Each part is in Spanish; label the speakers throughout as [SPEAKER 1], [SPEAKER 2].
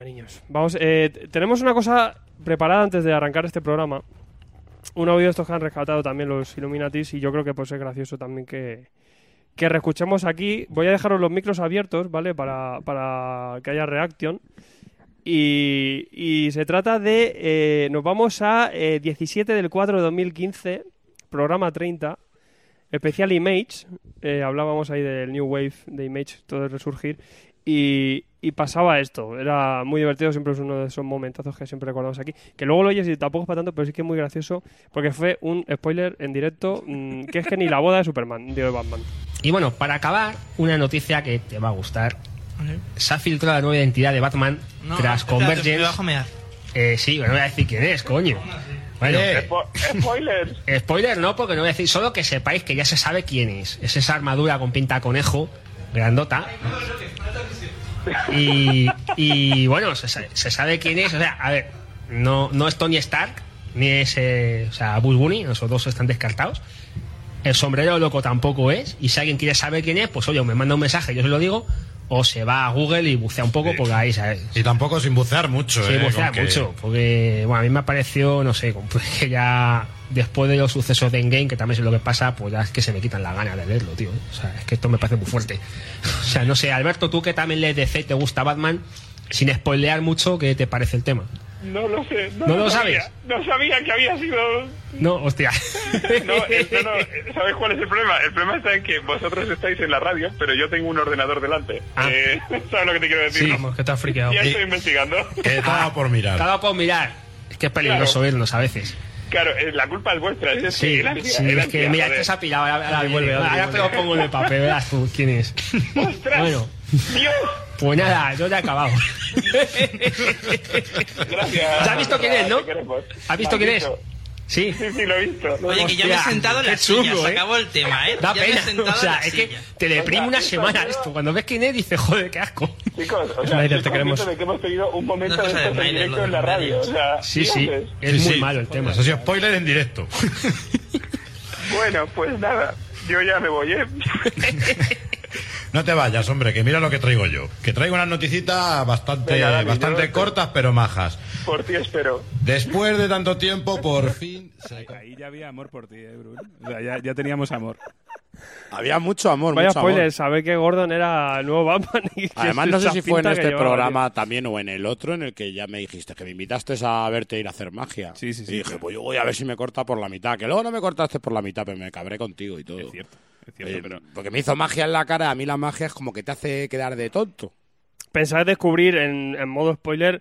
[SPEAKER 1] Cariños, vamos, eh, t- tenemos una cosa preparada antes de arrancar este programa. Un audio de estos que han rescatado también los Illuminatis y yo creo que pues es gracioso también que, que reescuchemos aquí. Voy a dejaros los micros abiertos, ¿vale? Para, para que haya reaction. Y, y se trata de... eh, nos vamos a eh, 17 del 4 de 2015, programa 30, especial Image. Eh, hablábamos ahí del New Wave, de Image, todo el resurgir. Y, y pasaba esto. Era muy divertido, siempre es uno de esos momentazos que siempre recordamos aquí. Que luego lo oyes y tampoco es para tanto, pero sí que es muy gracioso porque fue un spoiler en directo mm, que es que ni la boda de Superman, digo de Batman.
[SPEAKER 2] Y bueno, para acabar, una noticia que te va a gustar. Se ha filtrado la nueva identidad de Batman
[SPEAKER 3] No,
[SPEAKER 2] tras
[SPEAKER 3] espérate,
[SPEAKER 2] Convergence.
[SPEAKER 3] me bajo a mear.
[SPEAKER 2] Eh, sí, pero no voy a decir quién es, coño. Bueno,
[SPEAKER 4] Eh, Spoilers.
[SPEAKER 2] eh, spoiler no, porque no voy a decir, solo que sepáis que ya se sabe quién es. Es esa armadura con pinta de conejo, grandota. Y, y, bueno, se sabe, se sabe quién es. O sea, a ver, no, no es Tony Stark, ni es eh, o sea, Bugs Bunny, esos dos están descartados. El sombrero loco tampoco es. Y si alguien quiere saber quién es, pues oye, o me manda un mensaje, yo se lo digo. O se va a Google y bucea un poco, porque ahí ¿sabes?
[SPEAKER 5] Y tampoco sin bucear mucho,
[SPEAKER 2] Sí,
[SPEAKER 5] eh,
[SPEAKER 2] pues era
[SPEAKER 5] con que-
[SPEAKER 2] mucho, porque bueno, a mí me pareció, no sé, como que ya después de los sucesos de Endgame, que también es lo que pasa, pues ya es que se me quitan la gana de leerlo, tío. O sea, es que esto me parece muy fuerte. O sea, no sé, Alberto, tú que también lees DC y te gusta Batman, sin spoilear mucho, ¿qué te parece el tema?
[SPEAKER 4] No lo sé. No,
[SPEAKER 2] ¿No lo
[SPEAKER 4] sabía.
[SPEAKER 2] sabes?
[SPEAKER 4] No sabía que había sido.
[SPEAKER 2] No, hostia.
[SPEAKER 4] No, eh, no, no, eh, ¿Sabes cuál es el problema? El problema está en que vosotros estáis en la radio, pero yo tengo un ordenador delante.
[SPEAKER 2] Ah.
[SPEAKER 4] Eh, ¿Sabes lo que te quiero decir?
[SPEAKER 3] Sí, vamos, que te has friqueado.
[SPEAKER 4] Ya
[SPEAKER 5] Sí.
[SPEAKER 4] estoy investigando.
[SPEAKER 5] Que estaba por mirar.
[SPEAKER 2] Estaba por mirar. Es que es peligroso
[SPEAKER 4] Claro.
[SPEAKER 2] vernos a veces.
[SPEAKER 4] Claro, eh, la culpa es vuestra. Es, es
[SPEAKER 2] Sí,
[SPEAKER 4] que, era el día,
[SPEAKER 2] sí,
[SPEAKER 4] era
[SPEAKER 2] es
[SPEAKER 4] el
[SPEAKER 2] que
[SPEAKER 4] día,
[SPEAKER 2] mira,
[SPEAKER 4] joder.
[SPEAKER 2] te has pillado, ahora, ahora
[SPEAKER 3] Ahí vuelve,
[SPEAKER 2] viene.
[SPEAKER 3] ahora
[SPEAKER 2] Ahora te lo
[SPEAKER 3] vuelve.
[SPEAKER 2] pongo en el papel, verás tú quién es.
[SPEAKER 4] ¡Ostras!
[SPEAKER 2] Bueno,
[SPEAKER 4] ¡Dios!
[SPEAKER 2] pues nada, yo ya he acabado.
[SPEAKER 4] Gracias.
[SPEAKER 2] ¿Ya has visto quién es, no?
[SPEAKER 4] Te queremos.
[SPEAKER 2] ¿Has visto quién es?
[SPEAKER 4] Maldito.
[SPEAKER 2] Sí.
[SPEAKER 4] Sí, sí, lo he visto. Lo-
[SPEAKER 3] Oye, que ya me he
[SPEAKER 2] Hostia,
[SPEAKER 3] sentado en
[SPEAKER 2] qué
[SPEAKER 3] la silla,
[SPEAKER 2] chungo,
[SPEAKER 3] se
[SPEAKER 2] ¿eh?
[SPEAKER 3] acabó el tema, ¿eh?
[SPEAKER 2] Da
[SPEAKER 3] ya me
[SPEAKER 2] pena.
[SPEAKER 3] he sentado
[SPEAKER 2] O sea,
[SPEAKER 3] en la
[SPEAKER 2] es que
[SPEAKER 3] silla.
[SPEAKER 2] te deprime
[SPEAKER 4] Venga,
[SPEAKER 2] una
[SPEAKER 4] esto
[SPEAKER 2] semana
[SPEAKER 4] yo-
[SPEAKER 2] esto. Cuando ves quién es, dices, joder, qué asco.
[SPEAKER 4] Chicos, o sea,
[SPEAKER 3] Snyder,
[SPEAKER 4] estoy
[SPEAKER 3] te queremos.
[SPEAKER 4] consciente de que hemos tenido un momento
[SPEAKER 3] No es
[SPEAKER 4] de
[SPEAKER 3] cosa de
[SPEAKER 4] estos en
[SPEAKER 3] Snyder,
[SPEAKER 4] directo
[SPEAKER 3] lo
[SPEAKER 4] en la
[SPEAKER 3] de
[SPEAKER 4] radio. O sea,
[SPEAKER 2] Sí, sí.
[SPEAKER 4] dioses.
[SPEAKER 2] Es
[SPEAKER 5] Sí,
[SPEAKER 2] muy
[SPEAKER 5] sí.
[SPEAKER 2] malo el tema.
[SPEAKER 5] Eso sí, spoiler en directo.
[SPEAKER 4] Bueno, pues nada, yo ya me voy, ¿eh?
[SPEAKER 5] No te vayas, hombre, que mira lo que traigo yo. Que traigo unas noticitas bastante,
[SPEAKER 4] Venga, Dani,
[SPEAKER 5] bastante
[SPEAKER 4] yo-
[SPEAKER 5] cortas, pero majas.
[SPEAKER 4] Por ti espero.
[SPEAKER 5] Después de tanto tiempo, por fin... se-
[SPEAKER 6] Ahí ya había amor por ti, eh, Bruno. O sea, ya, ya teníamos amor.
[SPEAKER 7] Había mucho amor,
[SPEAKER 1] Vaya
[SPEAKER 7] mucho amor.
[SPEAKER 1] spoiler, saber que Gordon era el nuevo Batman. y que
[SPEAKER 7] Además,
[SPEAKER 1] es
[SPEAKER 7] no sé
[SPEAKER 1] esa
[SPEAKER 7] si fue en
[SPEAKER 1] pinta que
[SPEAKER 7] este
[SPEAKER 1] llevaba,
[SPEAKER 7] programa también o en el otro en el que ya me dijiste que me invitaste a verte ir a hacer magia.
[SPEAKER 6] Sí, sí, sí.
[SPEAKER 7] Y dije, pues yo voy a ver si me corta por la mitad. Que luego no me cortaste por la mitad, pero me cabré contigo y todo.
[SPEAKER 6] Es cierto, es cierto,
[SPEAKER 7] Eh,
[SPEAKER 6] pero
[SPEAKER 7] Porque me hizo magia en la cara. A mí la magia es como que te hace quedar de tonto.
[SPEAKER 1] tío. Pensad descubrir en, en modo spoiler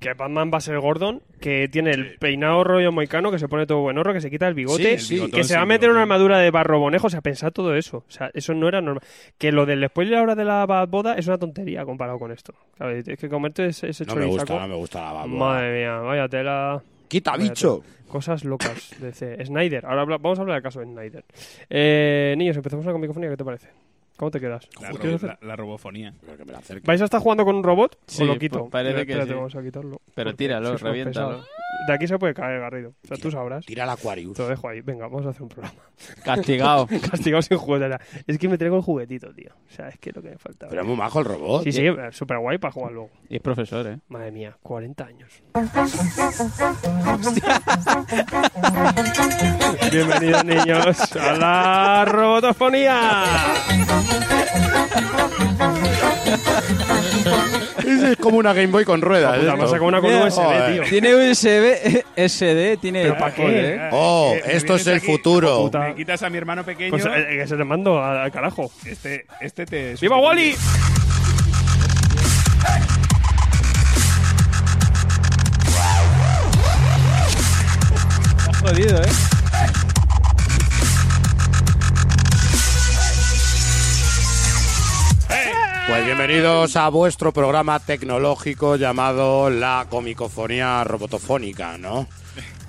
[SPEAKER 1] que Batman va a ser Gordon, que tiene el peinado rollo moicano, que se pone todo buen horro, que se quita el bigote,
[SPEAKER 7] Sí, el
[SPEAKER 1] que
[SPEAKER 6] bigotón,
[SPEAKER 1] se va a
[SPEAKER 6] sí,
[SPEAKER 1] meter
[SPEAKER 6] bigotón.
[SPEAKER 1] una armadura de barro bonejo, o sea, pensad todo eso. O sea, eso no era normal. Que lo del spoiler ahora de la boda es una tontería comparado con esto. Claro, es que comerte ese, ese
[SPEAKER 7] No me gusta,
[SPEAKER 1] chorizaco-
[SPEAKER 7] no me gusta la babosa.
[SPEAKER 1] Madre mía, vaya tela.
[SPEAKER 7] Quita
[SPEAKER 1] Vaya
[SPEAKER 7] bicho.
[SPEAKER 1] tela. Cosas locas de C. Snyder. Ahora habla- vamos a hablar del caso de Snyder. Eh, niños, empezamos la comicofonía. ¿Qué te parece? ¿Cómo te quedas?
[SPEAKER 6] la,
[SPEAKER 1] ¿Lo
[SPEAKER 6] ro-
[SPEAKER 1] quieres hacer?
[SPEAKER 6] la- la robofonía.
[SPEAKER 7] Pero que me la acerque.
[SPEAKER 1] ¿Vais a estar jugando con un robot?
[SPEAKER 8] Sí,
[SPEAKER 1] ¿O lo quito?
[SPEAKER 8] pa- parece
[SPEAKER 1] Mira,
[SPEAKER 8] que
[SPEAKER 1] espérate,
[SPEAKER 8] sí.
[SPEAKER 1] vamos a quitarlo.
[SPEAKER 8] Pero
[SPEAKER 1] porque
[SPEAKER 8] tíralo,
[SPEAKER 1] sois unos
[SPEAKER 8] reviéntalo.
[SPEAKER 1] pesados. De aquí se puede caer, Garrido. O sea, tú sabrás.
[SPEAKER 7] Tira el Aquarius.
[SPEAKER 1] Te lo dejo ahí. Venga, vamos a hacer un programa.
[SPEAKER 8] Castigado.
[SPEAKER 1] Castigado sin juguetera. Es que me traigo el juguetito, tío. O sea, es que es lo que me falta.
[SPEAKER 7] Pero es muy majo el robot.
[SPEAKER 1] Sí, sí, súper guay para jugar luego.
[SPEAKER 8] Y es profesor, ¿eh?
[SPEAKER 1] Madre mía, 40 años. Bienvenidos niños a la robotofonía.
[SPEAKER 7] es como una Game Boy con ruedas.
[SPEAKER 1] Puta, me ha sacado una con
[SPEAKER 8] Mira,
[SPEAKER 1] USB,
[SPEAKER 7] joder.
[SPEAKER 1] tío.
[SPEAKER 8] Tiene USB, SD, tiene.
[SPEAKER 1] ¿Pero pa' qué?
[SPEAKER 8] ¿eh?
[SPEAKER 7] Oh,
[SPEAKER 6] Eh, me
[SPEAKER 7] esto es
[SPEAKER 6] vienes
[SPEAKER 7] el
[SPEAKER 6] aquí,
[SPEAKER 7] futuro.
[SPEAKER 1] puta.
[SPEAKER 6] Me quitas a mi hermano pequeño.
[SPEAKER 1] Pues eh, que se te mando al al carajo.
[SPEAKER 6] este, este te.
[SPEAKER 1] ¡Viva Wally!
[SPEAKER 8] Jodido, ¿eh?
[SPEAKER 7] Pues bienvenidos a vuestro programa tecnológico llamado La Comicofonía Robotofónica, ¿no?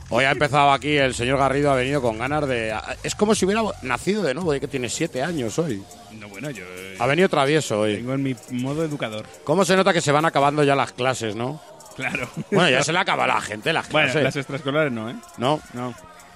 [SPEAKER 7] Hoy ha empezado aquí, el señor Garrido ha venido con ganas de... Es como si hubiera nacido de nuevo, de que tiene siete años hoy.
[SPEAKER 6] No, bueno, yo eh,
[SPEAKER 7] Ha venido travieso hoy.
[SPEAKER 6] tengo en mi modo educador.
[SPEAKER 7] ¿Cómo se nota que se van acabando ya las clases, no?
[SPEAKER 6] Claro.
[SPEAKER 7] Bueno, ya se le acaba a la gente las
[SPEAKER 6] Bueno,
[SPEAKER 7] clases,
[SPEAKER 6] las extraescolares no, ¿eh?
[SPEAKER 7] ¿no?
[SPEAKER 6] No.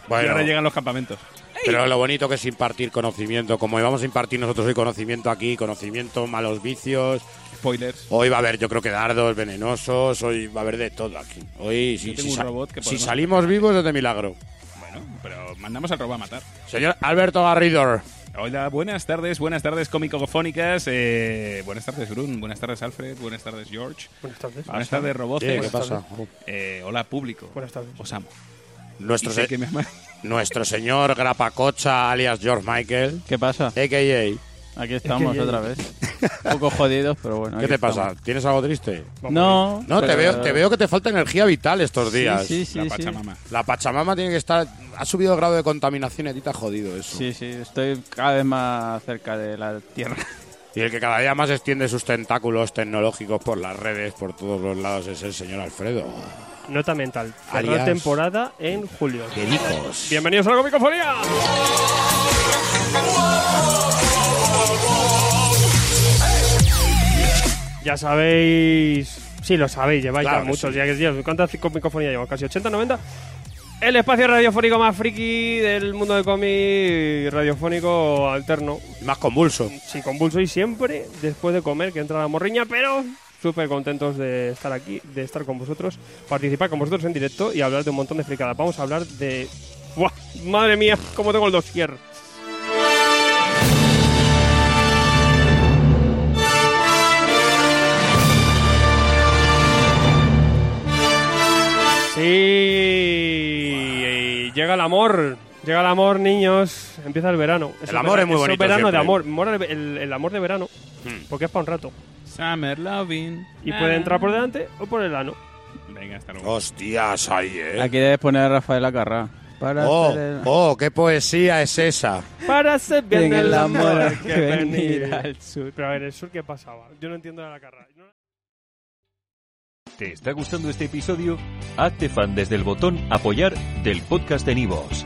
[SPEAKER 7] Bueno.
[SPEAKER 6] Y ahora llegan los campamentos.
[SPEAKER 7] Pero lo bonito que es impartir conocimiento, como vamos a impartir nosotros hoy conocimiento aquí, conocimiento, malos vicios,
[SPEAKER 6] spoilers.
[SPEAKER 7] Hoy va a haber, yo creo que dardos venenosos, hoy va a haber de todo aquí. Hoy, si,
[SPEAKER 6] tengo
[SPEAKER 7] si
[SPEAKER 6] un
[SPEAKER 7] sa-
[SPEAKER 6] robot que
[SPEAKER 7] si
[SPEAKER 6] podemos-
[SPEAKER 7] salimos vivos es de milagro.
[SPEAKER 6] Bueno, pero mandamos al robo a matar.
[SPEAKER 7] Señor Alberto Garrido,
[SPEAKER 6] Hola, buenas tardes, buenas tardes, cómico-fónicas. Eh, buenas tardes, Grun. Buenas tardes, Alfred. Buenas tardes, George.
[SPEAKER 1] Buenas tardes.
[SPEAKER 6] Buenas tardes,
[SPEAKER 7] ¿qué,
[SPEAKER 6] Roboces.
[SPEAKER 7] pasa?
[SPEAKER 6] Eh, hola, público.
[SPEAKER 1] Buenas tardes.
[SPEAKER 6] Os amo. Y
[SPEAKER 7] Nuestro,
[SPEAKER 6] sé
[SPEAKER 8] e-
[SPEAKER 7] se-
[SPEAKER 6] que me amáis.
[SPEAKER 7] nuestro señor Grapacocha, alias George Michael,
[SPEAKER 8] ¿Qué pasa?
[SPEAKER 7] a.k.a.
[SPEAKER 8] Aquí estamos
[SPEAKER 1] ya-
[SPEAKER 8] otra vez. Un poco jodidos, pero bueno.
[SPEAKER 7] ¿Qué
[SPEAKER 8] aquí
[SPEAKER 7] te pasa?
[SPEAKER 8] estamos.
[SPEAKER 7] ¿Tienes algo triste?
[SPEAKER 8] No.
[SPEAKER 7] No, te
[SPEAKER 8] pero-
[SPEAKER 7] veo, te veo que te falta energía vital estos días.
[SPEAKER 8] Sí, sí,
[SPEAKER 6] la
[SPEAKER 8] sí. sí.
[SPEAKER 6] Pachamama.
[SPEAKER 7] La Pachamama tiene que estar. Ha subido el grado de contaminación y a ti te ha jodido eso.
[SPEAKER 8] Sí, sí, estoy cada vez más cerca de la Tierra.
[SPEAKER 7] Y el que cada día más extiende sus tentáculos tecnológicos por las redes, por todos los lados, es el señor Alfredo.
[SPEAKER 1] Nota mental.
[SPEAKER 7] Alias.
[SPEAKER 1] Cerrar temporada en julio.
[SPEAKER 7] Dedicos.
[SPEAKER 1] Bienvenidos a la Comicofonía. Ya sabéis. Sí, lo sabéis, lleváis
[SPEAKER 7] Claro
[SPEAKER 1] ya
[SPEAKER 7] que
[SPEAKER 1] muchos.
[SPEAKER 7] sí.
[SPEAKER 1] Ya que Dios, ¿Cuántas comicofonías llevamos? ¿Casi 80, 90? El espacio radiofónico más friki del mundo de cómic radiofónico alterno.
[SPEAKER 7] Más convulso.
[SPEAKER 1] Sí, convulso y siempre después de comer que entra la morriña, pero súper contentos de estar aquí, de estar con vosotros, participar con vosotros en directo y hablar de un montón de fricadas. Vamos a hablar de... ¡Buah! ¡Madre mía! ¿Cómo tengo el dossier? Sí, y llega el amor, llega el amor, niños, empieza el verano. Es
[SPEAKER 7] El amor
[SPEAKER 1] vera-
[SPEAKER 7] es muy bonito
[SPEAKER 1] un verano de
[SPEAKER 7] siempre. Hmm.
[SPEAKER 1] amor, mora el, el- el amor de verano, porque es para un rato.
[SPEAKER 6] Summer loving.
[SPEAKER 1] Y puede entrar por delante o por el ano.
[SPEAKER 6] Venga, hasta luego.
[SPEAKER 7] Hostias, ahí, ¿eh?
[SPEAKER 8] Aquí debes poner a Rafael Acarrá. Para
[SPEAKER 7] Oh,
[SPEAKER 8] hacer el-
[SPEAKER 7] oh, qué poesía es esa.
[SPEAKER 1] Para hacer bien
[SPEAKER 8] Venga,
[SPEAKER 1] el
[SPEAKER 8] el amor
[SPEAKER 1] amor
[SPEAKER 8] hay
[SPEAKER 1] que
[SPEAKER 8] que venir
[SPEAKER 1] venir
[SPEAKER 8] al
[SPEAKER 1] sur. Pero a ver, ¿el sur qué pasaba? Yo no entiendo de la carrera. No-
[SPEAKER 3] ¿Te está gustando este episodio? Hazte fan desde el botón Apoyar del podcast de Nivos.